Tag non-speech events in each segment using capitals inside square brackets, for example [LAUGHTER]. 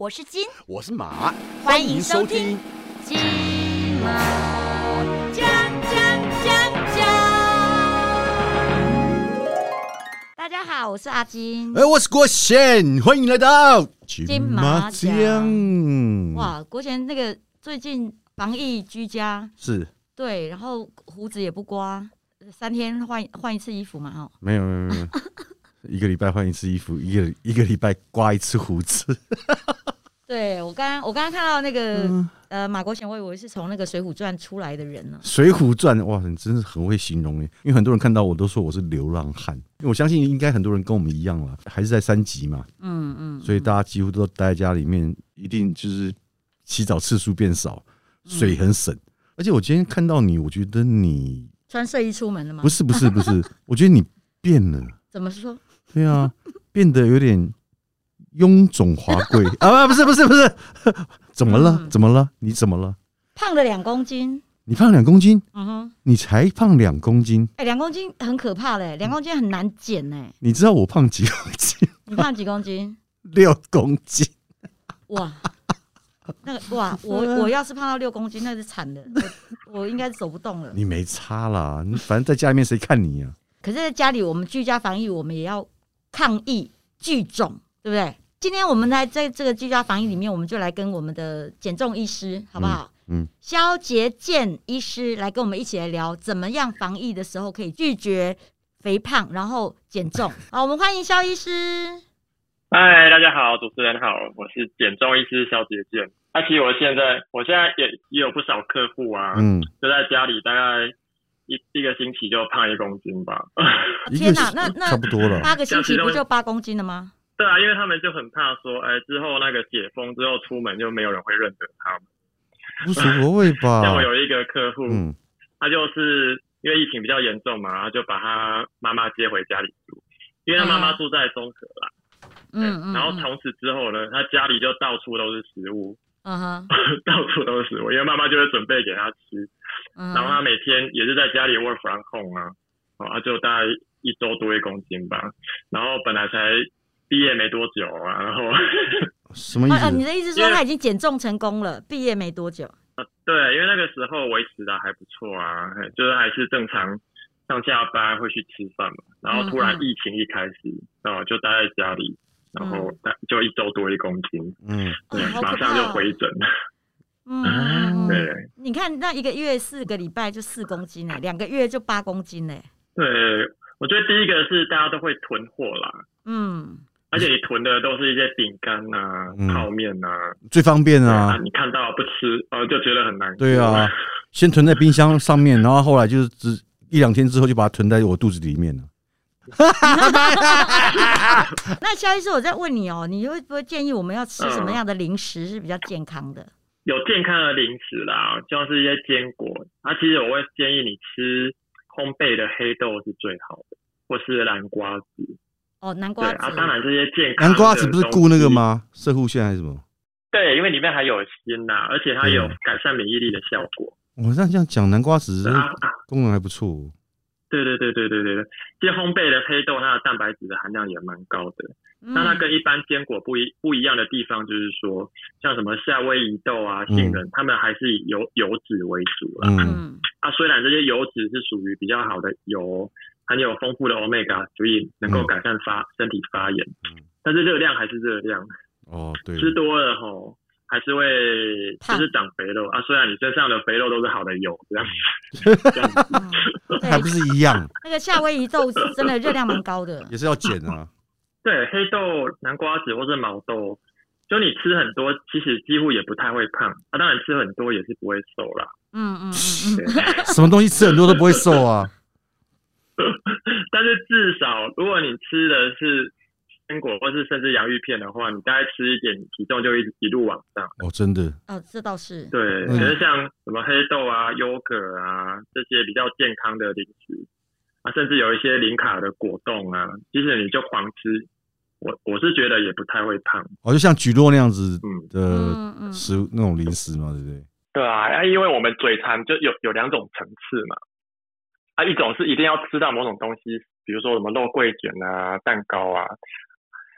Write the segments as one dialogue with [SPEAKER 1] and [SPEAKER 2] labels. [SPEAKER 1] 我是金，
[SPEAKER 2] 我是马，
[SPEAKER 1] 欢迎收听金马讲讲讲讲。大家好，我是阿金。
[SPEAKER 2] 哎，我是郭贤，欢迎来到金
[SPEAKER 1] 马奖
[SPEAKER 2] 奖。
[SPEAKER 1] 哇，国贤那个最近防疫居家，
[SPEAKER 2] 是
[SPEAKER 1] 对，然后胡子也不刮，三天换换一次衣服嘛，哦，
[SPEAKER 2] 没有没有没有没有，一个礼拜换一次衣服， [LAUGHS] 一个一个礼拜刮一次胡子。 [LAUGHS]
[SPEAKER 1] 对我刚刚我刚刚看到那个、
[SPEAKER 2] 嗯
[SPEAKER 1] 呃马国贤，我以为是从那个《水浒传》出来的人呢、
[SPEAKER 2] 《水浒传》哇，你真是很会形容耶！因为很多人看到我都说我是流浪汉，因为我相信应该很多人跟我们一样了，还是在三级嘛，
[SPEAKER 1] 嗯嗯，
[SPEAKER 2] 所以大家几乎都待在家里面，一定就是洗澡次数变少，水很省。
[SPEAKER 1] 嗯
[SPEAKER 2] 而且我今天看到你，我觉得你
[SPEAKER 1] 穿睡衣出门了吗
[SPEAKER 2] 不？是不是不
[SPEAKER 1] [LAUGHS]
[SPEAKER 2] 是，我觉得你变了，
[SPEAKER 1] 怎么说？
[SPEAKER 2] 对啊，变得有点臃肿华
[SPEAKER 1] [LAUGHS]
[SPEAKER 2] 贵啊！不是不是不是，怎么了？
[SPEAKER 1] 嗯
[SPEAKER 2] 怎么了？你怎么了？
[SPEAKER 1] 胖了两公斤。
[SPEAKER 2] 你胖两公斤，
[SPEAKER 1] 嗯哼，
[SPEAKER 2] 你才胖两公斤，
[SPEAKER 1] 哎、两公斤很可怕嘞，两公斤很难减呢。
[SPEAKER 2] 你知道我胖几公斤？ [LAUGHS]
[SPEAKER 1] 你胖几公斤？
[SPEAKER 2] 六公斤，
[SPEAKER 1] 哇，那个哇，我我要是胖到六公斤，那是惨的，我我应该走不动了。
[SPEAKER 2] 你没差啦，你反正在家里面谁看你啊呀、
[SPEAKER 1] 可是，在家里我们居家防疫，我们也要抗疫聚种，对不对？今天我们来在这个居家防疫里面，我们就来跟我们的减重医师，好不好？
[SPEAKER 2] 嗯嗯
[SPEAKER 1] 肖杰健医师来跟我们一起来聊，怎么样防疫的时候可以拒绝肥胖，然后减
[SPEAKER 2] [LAUGHS]
[SPEAKER 1] 重。好，我们欢迎肖医师。
[SPEAKER 3] 嗨，大家好，主持人好，我是减重医师小姐姐。那、其实我现在，我现在也也有不少客户啊，
[SPEAKER 2] 嗯，
[SPEAKER 3] 就在家里大概一一个星期就胖一公斤吧。 [LAUGHS]
[SPEAKER 2] 一
[SPEAKER 1] 天
[SPEAKER 2] 个
[SPEAKER 1] 哪那那
[SPEAKER 2] 差不多了，
[SPEAKER 1] 八个星期不就八公斤了吗？
[SPEAKER 3] 对啊，因为他们就很怕说，哎，之后那个解封之后出门就没有人会认得他们。
[SPEAKER 2] 无所谓
[SPEAKER 3] 像
[SPEAKER 2] 吧
[SPEAKER 3] 我。有一个客户，
[SPEAKER 2] 啊嗯，
[SPEAKER 3] 他就是因为疫情比较严重嘛，他就把他妈妈接回家里住，因为他妈妈住在中和啦。
[SPEAKER 1] 嗯嗯，
[SPEAKER 3] 然后
[SPEAKER 1] 嗯
[SPEAKER 3] 从此之后呢，他家里就到处都是食物， [LAUGHS]
[SPEAKER 1] 嗯哼，
[SPEAKER 3] 到处都是食物，因为妈妈就会准备给他吃。
[SPEAKER 1] 嗯
[SPEAKER 3] 然后他每天也是在家里 work from home 啊，哦，他就大概一周多一公斤吧。然后本来才毕业没多久啊，然后 [LAUGHS]
[SPEAKER 2] 什么意
[SPEAKER 1] 啊啊，你
[SPEAKER 2] 思？
[SPEAKER 1] 的意思是说他已经减重成功了，毕业没多久，
[SPEAKER 3] 对，因为那个时候维持的还不错啊，嘿就是还是正常上下班会去吃饭嘛。然后突然
[SPEAKER 1] 嗯嗯
[SPEAKER 3] 疫情一开始，哦，就待在家里，然后大就一周多一公斤，
[SPEAKER 2] 嗯，
[SPEAKER 1] 嗯哦
[SPEAKER 3] 对，
[SPEAKER 1] 好
[SPEAKER 3] 马
[SPEAKER 1] 可
[SPEAKER 3] 上
[SPEAKER 1] 怕
[SPEAKER 3] 就
[SPEAKER 1] 哦。
[SPEAKER 3] 回
[SPEAKER 1] [LAUGHS]
[SPEAKER 3] 诊。
[SPEAKER 1] 嗯嗯，嗯
[SPEAKER 3] 啊对
[SPEAKER 1] 嗯你看那一个月四个礼拜就四公斤嘞，两个月就八公斤嘞，
[SPEAKER 3] 对，我觉得第一个是大家都会囤货啦。
[SPEAKER 1] 嗯，
[SPEAKER 3] 而且你囤的都是一些饼干呐、
[SPEAKER 2] 嗯
[SPEAKER 3] 泡面呐、
[SPEAKER 2] 最方便
[SPEAKER 3] 对
[SPEAKER 2] 啊
[SPEAKER 3] 啊，。你看到不吃，呃，就觉得很难过。
[SPEAKER 2] 对啊，先囤在冰箱上面，然后后来就是只一两天之后就把它囤在我肚子里面了。
[SPEAKER 1] 那肖医师，我再问你哦，你会不会建议我们要吃什么样的零食是比较健康的？
[SPEAKER 3] 有健康的零食啦，像是一些坚果。啊，其实我会建议你吃烘焙的黑豆是最好的，或是南瓜子。
[SPEAKER 1] 哦，南
[SPEAKER 3] 对
[SPEAKER 1] 瓜子
[SPEAKER 3] 啊，，当然这些健康。
[SPEAKER 2] 南瓜子不是顾那个？吗？射护线还是什么？
[SPEAKER 3] 对，因为里面还有锌呐、而且它有
[SPEAKER 2] 对
[SPEAKER 3] 改善免疫力的效果。
[SPEAKER 2] 我这样这样讲，南瓜子
[SPEAKER 3] 对啊啊，
[SPEAKER 2] 功能还不错。
[SPEAKER 3] 对对对对对对对，其实烘焙的黑豆它的蛋白质的含量也蛮高的。
[SPEAKER 1] 嗯
[SPEAKER 3] 那它跟一般坚果不一不一样的地方，就是说，像什么夏威夷豆啊、
[SPEAKER 2] 嗯
[SPEAKER 3] 杏仁，它们还是以油油脂为主啦。
[SPEAKER 2] 嗯，
[SPEAKER 1] 嗯
[SPEAKER 3] 啊，虽然这些油脂是属于比较好的油，含有丰富的 omega，所以能够
[SPEAKER 2] 嗯
[SPEAKER 3] 改善发身体发炎
[SPEAKER 2] 嗯，
[SPEAKER 3] 但是热量还是热量，
[SPEAKER 2] 哦对了，
[SPEAKER 3] 吃多了吼。还是会就
[SPEAKER 1] 胖
[SPEAKER 3] 是长肥肉啊，虽然你身上的肥肉都是好的油，这样 [LAUGHS]
[SPEAKER 1] 嗯对
[SPEAKER 2] 还，不是一样，
[SPEAKER 1] 那个夏威夷豆子真的热量蛮高的，
[SPEAKER 2] [LAUGHS] 也是要减啊。
[SPEAKER 3] 对黑豆、南瓜子或是毛豆，就你吃很多，其实几乎也不太会胖啊。当然吃很多也是不会瘦啦，
[SPEAKER 1] 嗯嗯嗯嗯，
[SPEAKER 3] 对
[SPEAKER 2] 什么东西吃很多都不会瘦 [LAUGHS] 啊？
[SPEAKER 3] 但是至少，如果你吃的是坚果或是甚至洋芋片的话，你大概吃一点，体重就一直一路往上。
[SPEAKER 2] 哦，真的，
[SPEAKER 3] [LAUGHS]
[SPEAKER 1] 哦，这倒是，
[SPEAKER 3] 对，
[SPEAKER 2] 嗯
[SPEAKER 3] 可是像什么黑豆啊、优格啊这些比较健康的零食啊，甚至有一些零卡的果冻啊，其实你就狂吃，我我是觉得也不太会胖。
[SPEAKER 2] 哦，就像菊络那样子
[SPEAKER 3] 嗯，
[SPEAKER 2] 的
[SPEAKER 1] 嗯嗯，
[SPEAKER 2] 食物那种零食嘛，对不对？
[SPEAKER 3] 对啊，啊因为我们嘴馋就有有两种层次嘛，啊，一种是一定要吃到某种东西，比如说什么肉桂卷啊、蛋糕啊，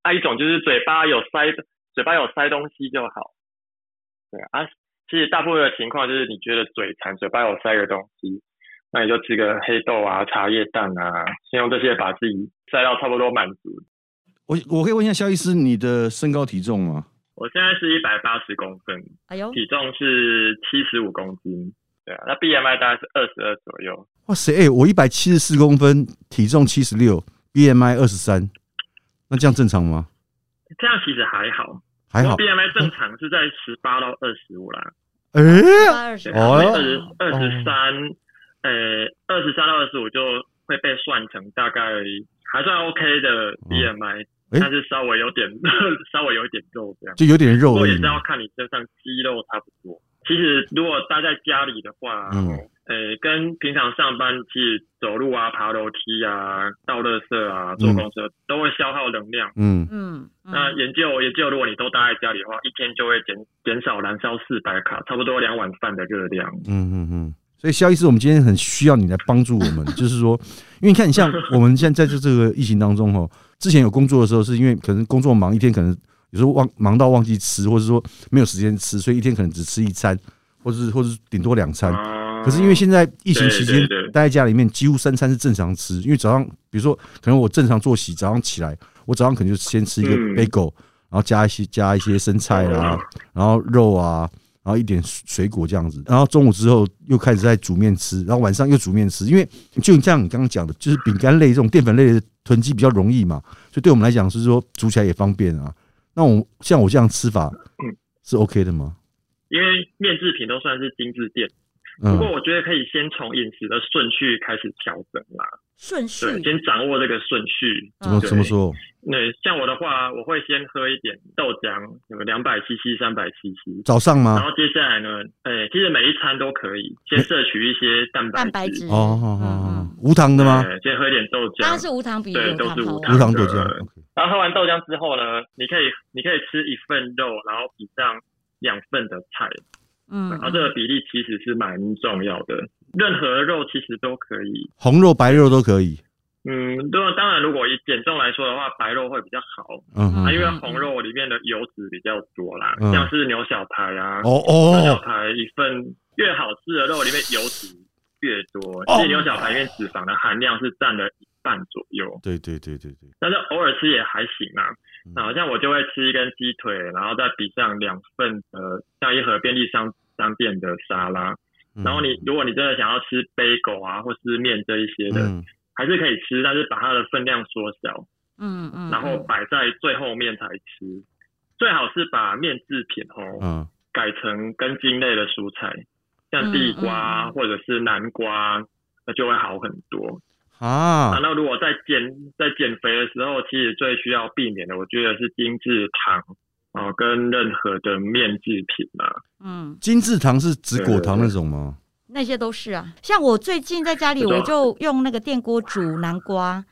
[SPEAKER 3] 啊，一种就是嘴巴有塞嘴巴有塞东西就好。对啊，其实大部分的情况就是你觉得嘴馋，嘴巴有塞个东西，那你就吃个黑豆啊、茶叶蛋啊，先用这些把自己塞到差不多满足。
[SPEAKER 2] 我我可以问一下肖医师，你的身高体重吗？
[SPEAKER 3] 我现在是一百八十公分，
[SPEAKER 1] 哎呦，
[SPEAKER 3] 体重是七十五公斤，对啊，那 BMI 大概是二十二左右，
[SPEAKER 2] 哇塞，欸我一百七十四公分，体重七十六，BMI 二十三，那这样正常吗？
[SPEAKER 3] 这样其实还好。
[SPEAKER 2] 还好
[SPEAKER 3] 我。BMI 正常是在十八到二十五啦，
[SPEAKER 2] 哎、
[SPEAKER 1] 二十
[SPEAKER 3] 对，
[SPEAKER 2] 哦
[SPEAKER 3] 二十二十三，呃，二十三到二十五就会被算成大概还算 OK 的 BMI，、
[SPEAKER 2] 哦诶
[SPEAKER 3] 但是稍微有点 [LAUGHS] 稍微有一点肉这样，
[SPEAKER 2] 就有点
[SPEAKER 3] 不
[SPEAKER 2] 肉
[SPEAKER 3] 过
[SPEAKER 2] 而
[SPEAKER 3] 也
[SPEAKER 2] 已
[SPEAKER 3] 是要
[SPEAKER 2] 嘛。
[SPEAKER 3] 看你身上肌肉差不多。其实如果待在家里的话，
[SPEAKER 2] 嗯
[SPEAKER 3] 呃，跟平常上班其实走路啊、爬楼梯啊、倒垃圾啊、坐公车、都会消耗能量。
[SPEAKER 2] 嗯，
[SPEAKER 1] 嗯，嗯
[SPEAKER 3] 那研究研究，如果你都待在家里的话，一天就会减减少燃烧四百卡，差不多两碗饭的热量。
[SPEAKER 2] 嗯嗯嗯，所以肖医师，我们今天很需要你来帮助我们，就是说，因为你看，你像我们现在在这个疫情当中哦，之前有工作的时候，是因为可能工作忙，一天可能有时候忘忙到忘记吃，或者说没有时间吃，所以一天可能只吃一餐，或是或是顶多两餐。
[SPEAKER 3] 哦
[SPEAKER 2] 嗯可是因为现在疫情期间
[SPEAKER 3] 对对对
[SPEAKER 2] 待在家里面，几乎三餐是正常吃。因为早上，比如说，可能我正常作息，早上起来，我早上可能就先吃一个
[SPEAKER 3] 嗯
[SPEAKER 2] bagel，、然后加一些加一些生菜啦、
[SPEAKER 3] 哦
[SPEAKER 2] 然后肉啊，然后一点水果这样子。然后中午之后又开始在煮面吃，然后晚上又煮面吃。因为就像你刚刚讲的，就是饼干类这种淀粉类的囤积比较容易嘛，所以对我们来讲是说煮起来也方便啊。那我像我这样吃法
[SPEAKER 3] 嗯
[SPEAKER 2] 是 OK 的吗？
[SPEAKER 3] 因为面制品都算是精致店，不过
[SPEAKER 2] 嗯
[SPEAKER 3] 我觉得可以先从饮食的顺序开始调整啦。
[SPEAKER 1] 顺序
[SPEAKER 3] 对，先掌握这个顺序。
[SPEAKER 2] 怎么
[SPEAKER 1] 嗯
[SPEAKER 2] 怎么说？
[SPEAKER 3] 那像我的话，我会先喝一点豆浆，什么两百 CC、三百 CC。
[SPEAKER 2] 早上
[SPEAKER 3] 然
[SPEAKER 2] 吗？
[SPEAKER 3] 后接下来呢，呃，其实每一餐都可以，先摄取一些蛋白
[SPEAKER 1] 蛋白质
[SPEAKER 2] 哦哦哦
[SPEAKER 1] 嗯
[SPEAKER 2] 哦
[SPEAKER 1] 嗯，
[SPEAKER 2] 无糖的吗？
[SPEAKER 3] 呃先喝点豆
[SPEAKER 1] 当然
[SPEAKER 3] 浆
[SPEAKER 1] 是。无糖比
[SPEAKER 3] 对
[SPEAKER 1] 有
[SPEAKER 3] 都
[SPEAKER 1] 糖
[SPEAKER 3] 嗯是
[SPEAKER 1] 好
[SPEAKER 3] 无
[SPEAKER 1] 啊
[SPEAKER 2] 无
[SPEAKER 3] 糖
[SPEAKER 2] 糖豆浆
[SPEAKER 3] 的。然后喝完豆浆之后呢，你可以你可以吃一份肉，然后比上两份的菜，
[SPEAKER 1] 嗯，
[SPEAKER 3] 然后这个比例其实是蛮重要的。任何肉其实都可以，
[SPEAKER 2] 红肉、白肉都可以。
[SPEAKER 3] 嗯，如果当然，如果以减重来说的话，白肉会比较好，
[SPEAKER 2] 嗯哼
[SPEAKER 3] 啊，因为
[SPEAKER 1] 嗯
[SPEAKER 3] 红肉里面的油脂比较多啦，
[SPEAKER 2] 嗯
[SPEAKER 3] 像是牛小排啊，
[SPEAKER 2] 哦
[SPEAKER 3] 牛小
[SPEAKER 2] 哦，
[SPEAKER 3] 排一份越好吃的肉里面油脂越多，
[SPEAKER 2] 哦
[SPEAKER 3] 其实牛小排里面脂肪的含量是占了一半左右，
[SPEAKER 2] 对对对对对，
[SPEAKER 3] 但是偶尔吃也还行啊。那好像我就会吃一根鸡腿，然后再比上两份呃，像一盒便利商商店的沙拉。
[SPEAKER 2] 嗯
[SPEAKER 3] 然后你如果你真的想要吃 bagel 啊，或是面这一些的，
[SPEAKER 2] 嗯
[SPEAKER 3] 还是可以吃，但是把它的分量缩小，
[SPEAKER 1] 嗯嗯，
[SPEAKER 3] 然后摆在最后面才吃。最好是把面制品哦、
[SPEAKER 2] 嗯
[SPEAKER 3] 改成根茎类的蔬菜，像地
[SPEAKER 1] 嗯
[SPEAKER 3] 瓜
[SPEAKER 1] 嗯嗯
[SPEAKER 3] 或者是南瓜，那就会好很多。啊，
[SPEAKER 2] 啊，
[SPEAKER 3] 那如果在减在减肥的时候，其实最需要避免的，我觉得是精致糖哦、跟任何的面制品啊。
[SPEAKER 1] 嗯，
[SPEAKER 2] 精致糖是指果糖那种吗？
[SPEAKER 1] 那些都是啊。像我最近在家里，
[SPEAKER 3] 这种
[SPEAKER 1] 我就用那个电锅煮南瓜，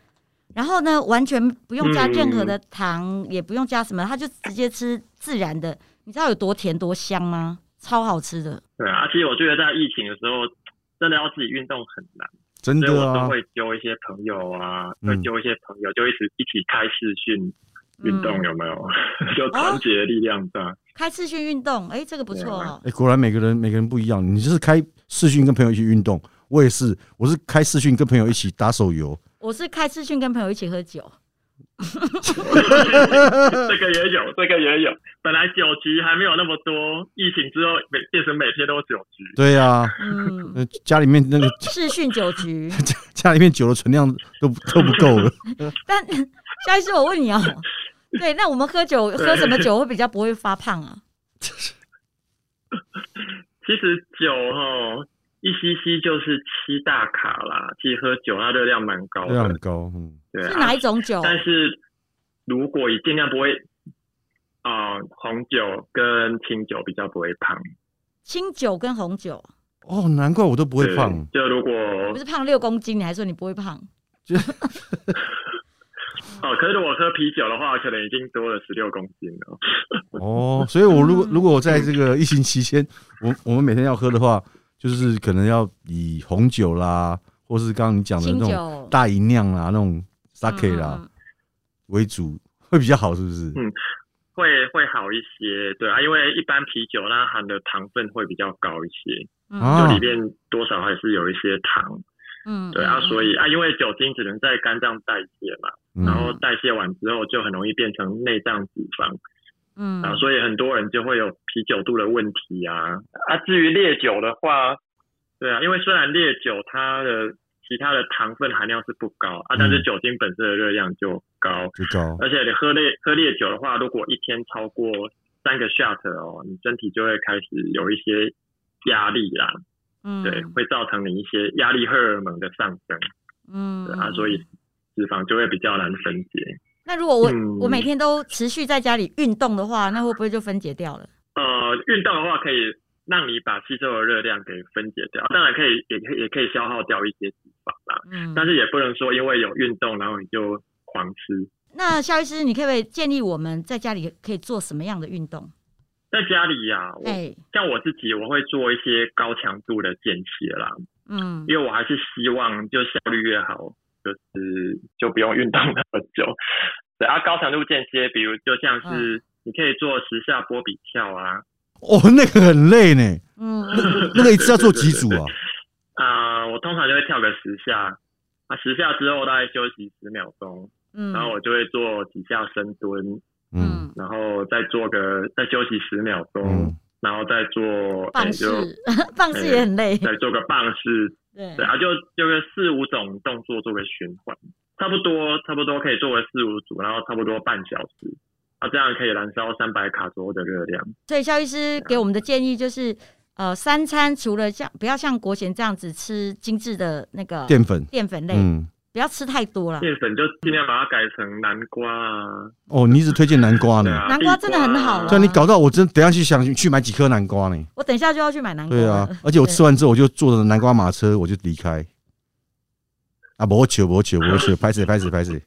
[SPEAKER 1] 然后呢，完全不用加任何的糖，也不用加什么，它就直接吃自然的。你知道有多甜多香吗？超好吃的。
[SPEAKER 3] 对啊，其实我觉得在疫情的时候，真的要自己运动很难，
[SPEAKER 2] 真
[SPEAKER 3] 所以
[SPEAKER 2] 的
[SPEAKER 3] 我都
[SPEAKER 2] 啊，
[SPEAKER 3] 会揪一些朋友啊，
[SPEAKER 2] 嗯
[SPEAKER 3] 会揪一些朋友，就一直一起开视讯运动，
[SPEAKER 1] 嗯，
[SPEAKER 3] 有没有？ [LAUGHS] 就
[SPEAKER 2] 啊
[SPEAKER 3] 团结的力量啊大。
[SPEAKER 1] 开视讯运动，哎，这个不错哦。
[SPEAKER 2] 哎，果然每个人每个人不一样。你就是开视讯跟朋友一起运动，我也是，我是开视讯跟朋友一起打手游。
[SPEAKER 1] 我是开视讯跟朋友一起喝酒，
[SPEAKER 2] 嗯
[SPEAKER 3] 这个也有，这个也有。本来酒局还没有那么多，疫情之后每变成每天都酒局。
[SPEAKER 2] 对啊，
[SPEAKER 1] 嗯， [LAUGHS]
[SPEAKER 2] 呃，家里面那个 [LAUGHS]
[SPEAKER 1] 视讯酒局。
[SPEAKER 2] 家里面酒的存量都都不
[SPEAKER 3] [LAUGHS]
[SPEAKER 2] 够
[SPEAKER 3] 哦
[SPEAKER 2] 了。
[SPEAKER 1] 但 [LAUGHS] 肖医师，我问你哦，对，那我们喝酒喝什么酒会比较不会发胖啊？
[SPEAKER 3] 其实酒哈，一 cc 就是七大卡啦，其实喝酒它热量蛮高
[SPEAKER 2] 热量
[SPEAKER 3] 的
[SPEAKER 2] 很，高，嗯，
[SPEAKER 3] 对
[SPEAKER 1] 是
[SPEAKER 3] 啊
[SPEAKER 1] 哪。一种酒？
[SPEAKER 3] 但是如果以尽量不会啊、红酒跟清酒比较不会胖，
[SPEAKER 1] 清酒跟红酒，
[SPEAKER 2] 哦，难怪我都不会
[SPEAKER 3] 对
[SPEAKER 2] 胖，
[SPEAKER 3] 就如果
[SPEAKER 1] 你不是胖六公斤，你还说你不会胖？
[SPEAKER 3] 哦，可是如果喝啤酒的话，可能已经多了十六公斤了。
[SPEAKER 2] 哦，所以我如果
[SPEAKER 1] 嗯
[SPEAKER 2] 如果我在这个疫情期间，我我们每天要喝的话，就是可能要以红酒啦，或是刚刚你讲的
[SPEAKER 1] 清
[SPEAKER 2] 那种
[SPEAKER 1] 酒
[SPEAKER 2] 大吟酿啦、那种 sake
[SPEAKER 1] 嗯
[SPEAKER 2] 啦
[SPEAKER 1] 嗯
[SPEAKER 2] 为主，会比较好，是不是？
[SPEAKER 3] 嗯会会好一些，对啊，因为一般啤酒那含的糖分会比较高一些，
[SPEAKER 2] 啊
[SPEAKER 1] 嗯
[SPEAKER 3] 就里面多少还是有一些糖，
[SPEAKER 1] 嗯，
[SPEAKER 3] 对啊，所以啊，因为酒精只能在肝脏代谢嘛，
[SPEAKER 1] 嗯
[SPEAKER 2] 嗯
[SPEAKER 3] 嗯然后代谢完之后就很容易变成内脏脂肪，
[SPEAKER 1] 嗯
[SPEAKER 3] 啊，所以很多人就会有啤酒肚的问题啊。啊，至于烈酒的话，对啊，因为虽然烈酒它的其他的糖分含量是不高啊，但是
[SPEAKER 2] 嗯
[SPEAKER 3] 酒精本身的热量就高，
[SPEAKER 2] 就高
[SPEAKER 3] 而且你喝烈喝烈酒的话，如果一天超过三个 shot 哦，你身体就会开始有一些压力啦，
[SPEAKER 1] 嗯
[SPEAKER 3] 对，会造成你一些压力荷尔蒙的上升，
[SPEAKER 1] 嗯
[SPEAKER 3] 对啊，所以脂肪就会比较难分解。
[SPEAKER 1] 那如果我
[SPEAKER 3] 嗯
[SPEAKER 1] 我每天都持续在家里运动的话，那会不会就分解掉了？
[SPEAKER 3] 呃，运动的话可以让你把吸收的热量给分解掉，当然可以，也可以也可以消耗掉一些脂肪啦，
[SPEAKER 1] 嗯，
[SPEAKER 3] 但是也不能说因为有运动然后你就狂吃。
[SPEAKER 1] 那肖医师，你可不可以建议我们在家里可以做什么样的运动？
[SPEAKER 3] 在家里呀、我
[SPEAKER 1] 哎，
[SPEAKER 3] 像我自己，我会做一些高强度的间歇啦，
[SPEAKER 1] 嗯
[SPEAKER 3] 因为我还是希望就效率越好，就是就不用运动那么久。 [LAUGHS] 对啊，高强度间歇，比如就像
[SPEAKER 1] 嗯
[SPEAKER 3] 是你可以做十下波比跳啊，
[SPEAKER 2] 哦，那个很累
[SPEAKER 3] [LAUGHS]
[SPEAKER 2] 呢，
[SPEAKER 1] 嗯
[SPEAKER 2] 那个一次要做几组啊？
[SPEAKER 3] 啊、我通常就会跳个十下，啊，十下之后大概休息十秒钟，
[SPEAKER 1] 嗯，
[SPEAKER 3] 然后我就会做几下深蹲，
[SPEAKER 2] 嗯
[SPEAKER 1] 嗯
[SPEAKER 3] [LAUGHS] 然后再做个再休息十秒钟，
[SPEAKER 2] 嗯
[SPEAKER 3] 然后再做哎
[SPEAKER 1] 棒
[SPEAKER 3] 就
[SPEAKER 1] 式 [LAUGHS] 棒式也很累，
[SPEAKER 3] 再做个棒式，
[SPEAKER 1] 对
[SPEAKER 3] 对，啊就就是四五种动作做个循环，差不多差不多可以做个四五组，然后差不多半小时，啊这样可以燃烧三百卡左右的热量。
[SPEAKER 1] 所以肖医师给我们的建议就是，呃，三餐除了像不要像国贤这样子吃精致的那个
[SPEAKER 2] 淀粉，
[SPEAKER 1] 淀粉类，
[SPEAKER 2] 嗯，
[SPEAKER 1] 不要吃太多了。
[SPEAKER 3] 淀粉就尽量把它改成南瓜啊， [LAUGHS]
[SPEAKER 2] 哦，你一直推荐南瓜
[SPEAKER 3] 对
[SPEAKER 2] 呢，
[SPEAKER 3] 啊，
[SPEAKER 1] 南瓜真的很好啊
[SPEAKER 2] 对啊，你搞到我真等一下去想去买几颗南瓜呢。
[SPEAKER 1] 我等一下就要去买 [LAUGHS] 南瓜
[SPEAKER 2] 对啊
[SPEAKER 1] 了。，
[SPEAKER 2] 而且我吃完之后，我就坐着南瓜马车，我就离开。啊，不求不求
[SPEAKER 1] [LAUGHS]
[SPEAKER 2] 不求，拍谁拍谁拍谁！
[SPEAKER 3] 有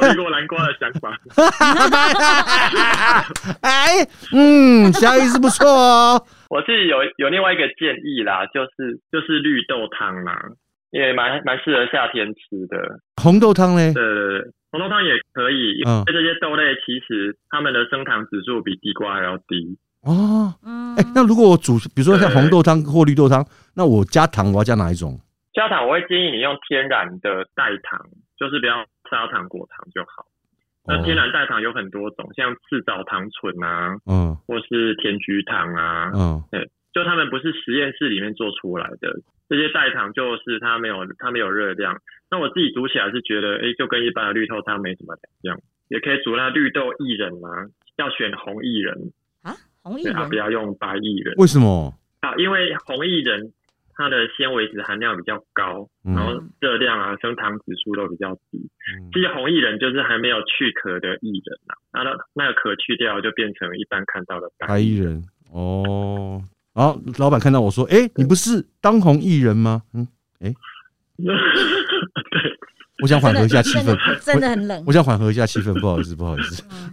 [SPEAKER 3] 考虑过南瓜的想法。
[SPEAKER 2] 哎，嗯，小意思不错哦。
[SPEAKER 3] 我自己有有另外一个建议啦，就是就是绿豆汤啦，也蛮蛮适合夏天吃的。
[SPEAKER 2] 红豆汤嘞，
[SPEAKER 3] 呃，红豆汤也可以，因
[SPEAKER 2] 嗯
[SPEAKER 3] 为这些豆类其实它们的升糖指数比地瓜还要低。
[SPEAKER 2] 哦，
[SPEAKER 1] 嗯
[SPEAKER 2] 哎，那如果我煮，比如说像红豆汤或绿豆汤，那我加糖，我要加哪一种？
[SPEAKER 3] 加糖我会建议你用天然的代糖，就是不要砂糖、果糖就好。那
[SPEAKER 2] 哦
[SPEAKER 3] 天然代糖有很多种，像赤藻糖醇啊，
[SPEAKER 2] 嗯
[SPEAKER 3] 或是甜菊糖啊，
[SPEAKER 2] 嗯
[SPEAKER 3] 就他们不是实验室里面做出来的，这些代糖就是它没有它没有热量。那我自己煮起来是觉得，哎、就跟一般的绿豆汤没什么两样，也可以煮那绿豆薏仁啊，要选红薏仁，
[SPEAKER 1] 啊，红薏
[SPEAKER 3] 对啊，不
[SPEAKER 1] 仁，
[SPEAKER 3] 要用白薏仁
[SPEAKER 2] 为什么？
[SPEAKER 3] 啊，因为红薏仁它的纤维质含量比较高，
[SPEAKER 2] 嗯
[SPEAKER 3] 然后热量啊、升糖指数都比较低。
[SPEAKER 2] 嗯
[SPEAKER 3] 这些红薏仁就是还没有去壳的薏仁啊，那那那个壳去掉就变成一般看到的白
[SPEAKER 2] 白
[SPEAKER 3] [LAUGHS]
[SPEAKER 2] 衣人哦。然后老板看到我说：“哎，你不是当红艺人吗？”嗯，我想缓和一下气
[SPEAKER 1] 真的
[SPEAKER 2] 氛，
[SPEAKER 1] 真的很冷
[SPEAKER 2] 我。想缓和一下气氛，不好意思， [LAUGHS] 不好意思。
[SPEAKER 1] 嗯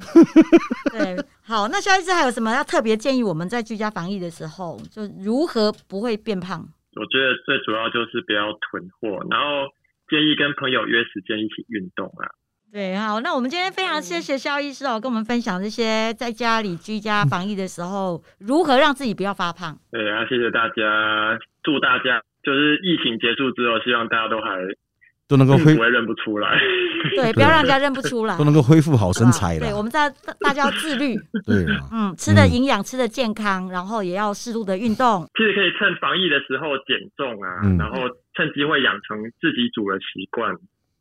[SPEAKER 1] 对，好，那肖医师还有什么要特别建议我们在居家防疫的时候，就如何不会变胖？
[SPEAKER 3] 我觉得最主要就是不要囤货，然后建议跟朋友约时间一起运动啊。
[SPEAKER 1] 对，好，那我们今天非常谢谢肖医师哦，跟我们分享这些在家里居家防疫的时候，如何让自己不要发胖。
[SPEAKER 3] 对啊，谢谢大家，祝大家就是疫情结束之后，希望大家都还
[SPEAKER 2] 都能够恢
[SPEAKER 3] 不会认不出来。 [LAUGHS]
[SPEAKER 1] 对，不要让人家认不出来啊
[SPEAKER 2] 都。能够恢复好身材
[SPEAKER 1] 对，我
[SPEAKER 2] 了。
[SPEAKER 1] 们在大家要自律，
[SPEAKER 3] [LAUGHS]
[SPEAKER 2] 对啦，
[SPEAKER 1] 嗯，吃的
[SPEAKER 2] 嗯
[SPEAKER 1] 营养，吃的健康，然后也要适度的运动。
[SPEAKER 3] 其实可以趁防疫的时候减重啊，
[SPEAKER 2] 嗯
[SPEAKER 3] 然后趁机会养成自己煮的习惯，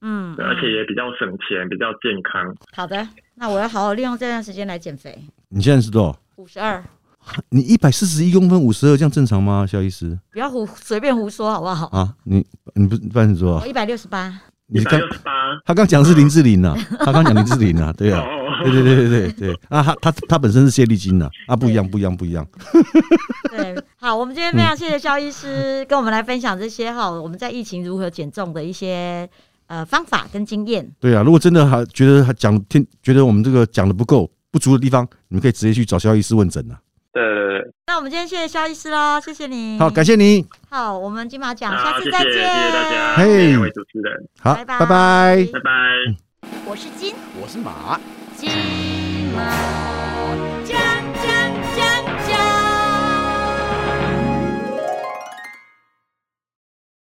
[SPEAKER 1] 嗯，
[SPEAKER 3] 对而且
[SPEAKER 1] 嗯
[SPEAKER 3] 也比较省钱，比较健康。
[SPEAKER 1] 好的，那我要好好利用这段时间来减肥。
[SPEAKER 2] 你现在是多少？
[SPEAKER 1] 五十二，
[SPEAKER 2] 你一百四十一公分，五十二，这样正常吗？肖医师
[SPEAKER 1] 不要胡随便胡说好不
[SPEAKER 3] 哦
[SPEAKER 1] 好？
[SPEAKER 2] 啊，你你不不然你说
[SPEAKER 1] 我
[SPEAKER 2] 啊，
[SPEAKER 1] 一百六十
[SPEAKER 3] [LAUGHS]
[SPEAKER 1] 八，
[SPEAKER 2] 你
[SPEAKER 3] 一百
[SPEAKER 2] 刚
[SPEAKER 3] 六十八，
[SPEAKER 2] 他刚讲的是林志
[SPEAKER 3] [LAUGHS]
[SPEAKER 2] 玲呐，啊他刚讲林志玲呐，对啊，对
[SPEAKER 3] 哦，
[SPEAKER 2] 对对对对对啊，他他他本身是谢丽金呐，啊不一样不一样不一样，
[SPEAKER 1] 对，好，我们今天非常谢谢肖医师
[SPEAKER 3] 嗯
[SPEAKER 1] 跟我们来分享这些哈，我们在疫情如何减重的一些呃方法跟经验。
[SPEAKER 2] 对啊，如果真的还觉得还讲听觉得我们这个讲的不够不足的地方，你们可以直接去找肖医师问诊啊呐。
[SPEAKER 3] 对对对，
[SPEAKER 1] 那我们今天谢谢肖医师喽，谢谢你。
[SPEAKER 2] 好，感谢你，
[SPEAKER 1] 好，我们金马奖下
[SPEAKER 3] 好，
[SPEAKER 1] 次
[SPEAKER 3] 谢
[SPEAKER 1] 再
[SPEAKER 3] 谢
[SPEAKER 1] 见，
[SPEAKER 3] 谢谢大家，
[SPEAKER 2] 嘿
[SPEAKER 3] 谢谢两位主持人，
[SPEAKER 2] 好，
[SPEAKER 1] 拜拜
[SPEAKER 2] 拜拜。
[SPEAKER 3] 拜拜。
[SPEAKER 1] 我是金
[SPEAKER 4] 我是马。
[SPEAKER 1] 金马。吗？